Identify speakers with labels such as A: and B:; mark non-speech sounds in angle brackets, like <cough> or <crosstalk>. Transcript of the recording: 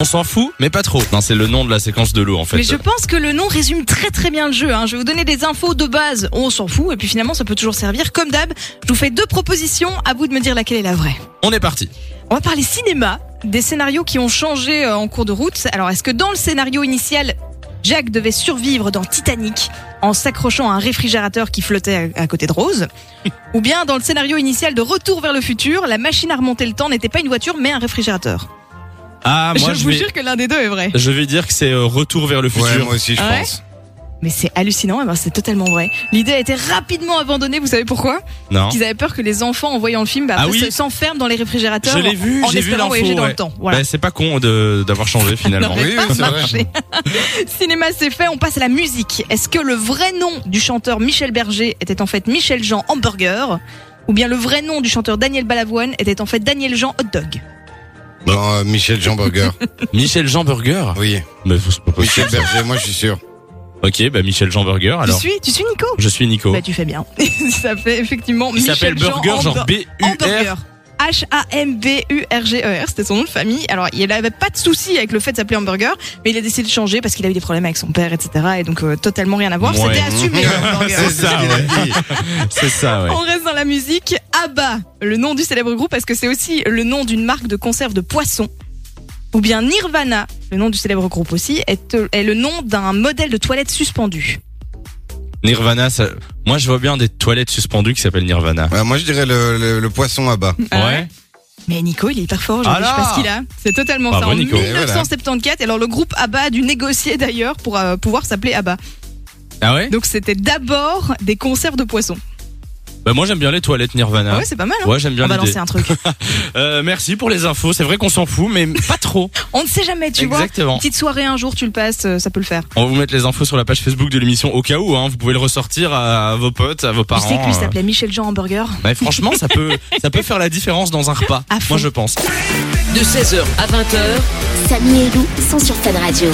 A: On s'en fout, mais pas trop. Non, c'est le nom de la séquence de l'eau en fait.
B: Mais je pense que le nom résume très très bien le jeu. hein. Je vais vous donner des infos de base, on s'en fout, et puis finalement ça peut toujours servir. Comme d'hab, je vous fais deux propositions, à vous de me dire laquelle est la vraie.
A: On est parti.
B: On va parler cinéma, des scénarios qui ont changé euh, en cours de route. Alors est-ce que dans le scénario initial, Jack devait survivre dans Titanic en s'accrochant à un réfrigérateur qui flottait à à côté
A: <laughs>
B: de Rose Ou bien dans le scénario initial de Retour vers le futur, la machine à remonter le temps n'était pas une voiture mais un réfrigérateur
A: Ah, moi
B: <laughs> Je
A: je,
B: vous
A: vais,
B: jure que l'un des deux est vrai.
A: je vais dire que c'est euh, retour vers le
C: Ouais,
A: futur.
C: moi aussi, je
B: Ouais.
C: pense.
B: Mais c'est hallucinant, eh ben, c'est totalement vrai. L'idée a été rapidement abandonnée, vous savez pourquoi
A: non.
B: Qu'ils avaient peur que les enfants, en voyant le film, bah,
A: Hein? Ah
B: après,
A: oui.
B: se- s'enferment dans les réfrigérateurs
A: Je l'ai vu,
B: en
A: j'ai vu
B: espérant
A: l'info.
B: voyager dans
A: ouais.
B: le temps. Voilà.
A: Bah, c'est pas con de- d'avoir changé
B: <laughs>
A: finalement.
C: mais- Oui,
B: pas
C: oui, c'est vrai.
B: marché.
A: <laughs>
B: Cinéma, c'est fait, on passe à la musique. Est-ce que le vrai nom du chanteur Michel Berger était en fait Michel Jean Hamburger ou bien le vrai nom du chanteur Daniel Balavoine était en fait Daniel Jean Hot Dog.
C: Non, euh, Michel Jean
A: <laughs>
C: Burger.
A: Michel Jean Burger.
C: oui.
A: Mais c'est pas possible.
C: Michel Berger, moi, je suis sûr.
A: Ok, bah Michel Jean Burger. Alors,
B: Tu suis, tu suis Nico
A: je suis Nico.
B: Bah tu fais bien. <laughs> Ça fait effectivement
A: Il
B: Michel
A: s'appelle
B: Jean
A: Burger,
B: Hamburger.
A: genre B U
B: Hamburger.
A: R.
B: H-A-M-B-U-R-G-E-R, E c'était son nom de famille. Alors, il n'avait pas de souci avec le fait de s'appeler Hamburger, mais il a décidé de changer parce qu'il a eu des problèmes avec son père, etc. Et donc, euh, totalement rien à voir.
A: Ouais.
B: C'était assumé, Hamburger.
A: <laughs> C'est ça, ouais. C'est ça, ouais.
B: On reste dans la musique. ABBA, le nom du célèbre groupe, parce que c'est aussi le nom d'une marque de conserve de poissons. Ou bien Nirvana, le nom du célèbre groupe aussi, est, euh, est le nom d'un modèle de toilette suspendu.
A: Nirvana, ça... moi je vois bien des toilettes suspendues qui s'appellent Nirvana.
C: Ouais, Euh, moi, je dirais le, le- le poisson à bas.
B: Ah ouais Mais Nico, il est hyper fort aujourd'hui, je sais pas
A: Alors
B: ce qu'il a. C'est totalement
A: Bravo,
B: ça. En
A: Bah Nico. Eh
C: Et voilà.
B: 1974, alors le groupe ABBA a dû négocier d'ailleurs pour euh, pouvoir s'appeler ABBA.
A: Ah ouais
B: Donc c'était d'abord des conserves de poissons.
A: Bah moi j'aime bien les toilettes
B: Ah
A: Nirvana.
B: ouais, c'est pas mal. Hein
A: Ouais, j'aime bien
B: On va
A: l'idée.
B: lancer un
A: <laughs>
B: truc.
A: Euh, merci pour les infos. C'est vrai qu'on s'en fout, mais pas trop.
B: On ne sait jamais, tu vois.
A: Exactement.
B: Petite soirée un jour, tu le passes, euh, ça peut le faire.
A: On va vous mettre les infos sur la page Facebook de l'émission au cas où. Hein, vous pouvez le ressortir à, à vos potes, à vos
B: Tu sais
A: parents.
B: que lui
A: euh.
B: s'appelait Michel Jean Hamburger.
A: Ouais, franchement, ça peut, ça
B: <laughs>
A: peut faire la différence dans un repas.
B: À fond.
A: Moi, je pense.
D: de 16h à 20h.
E: Samy et Lou sont sur Fun Radio.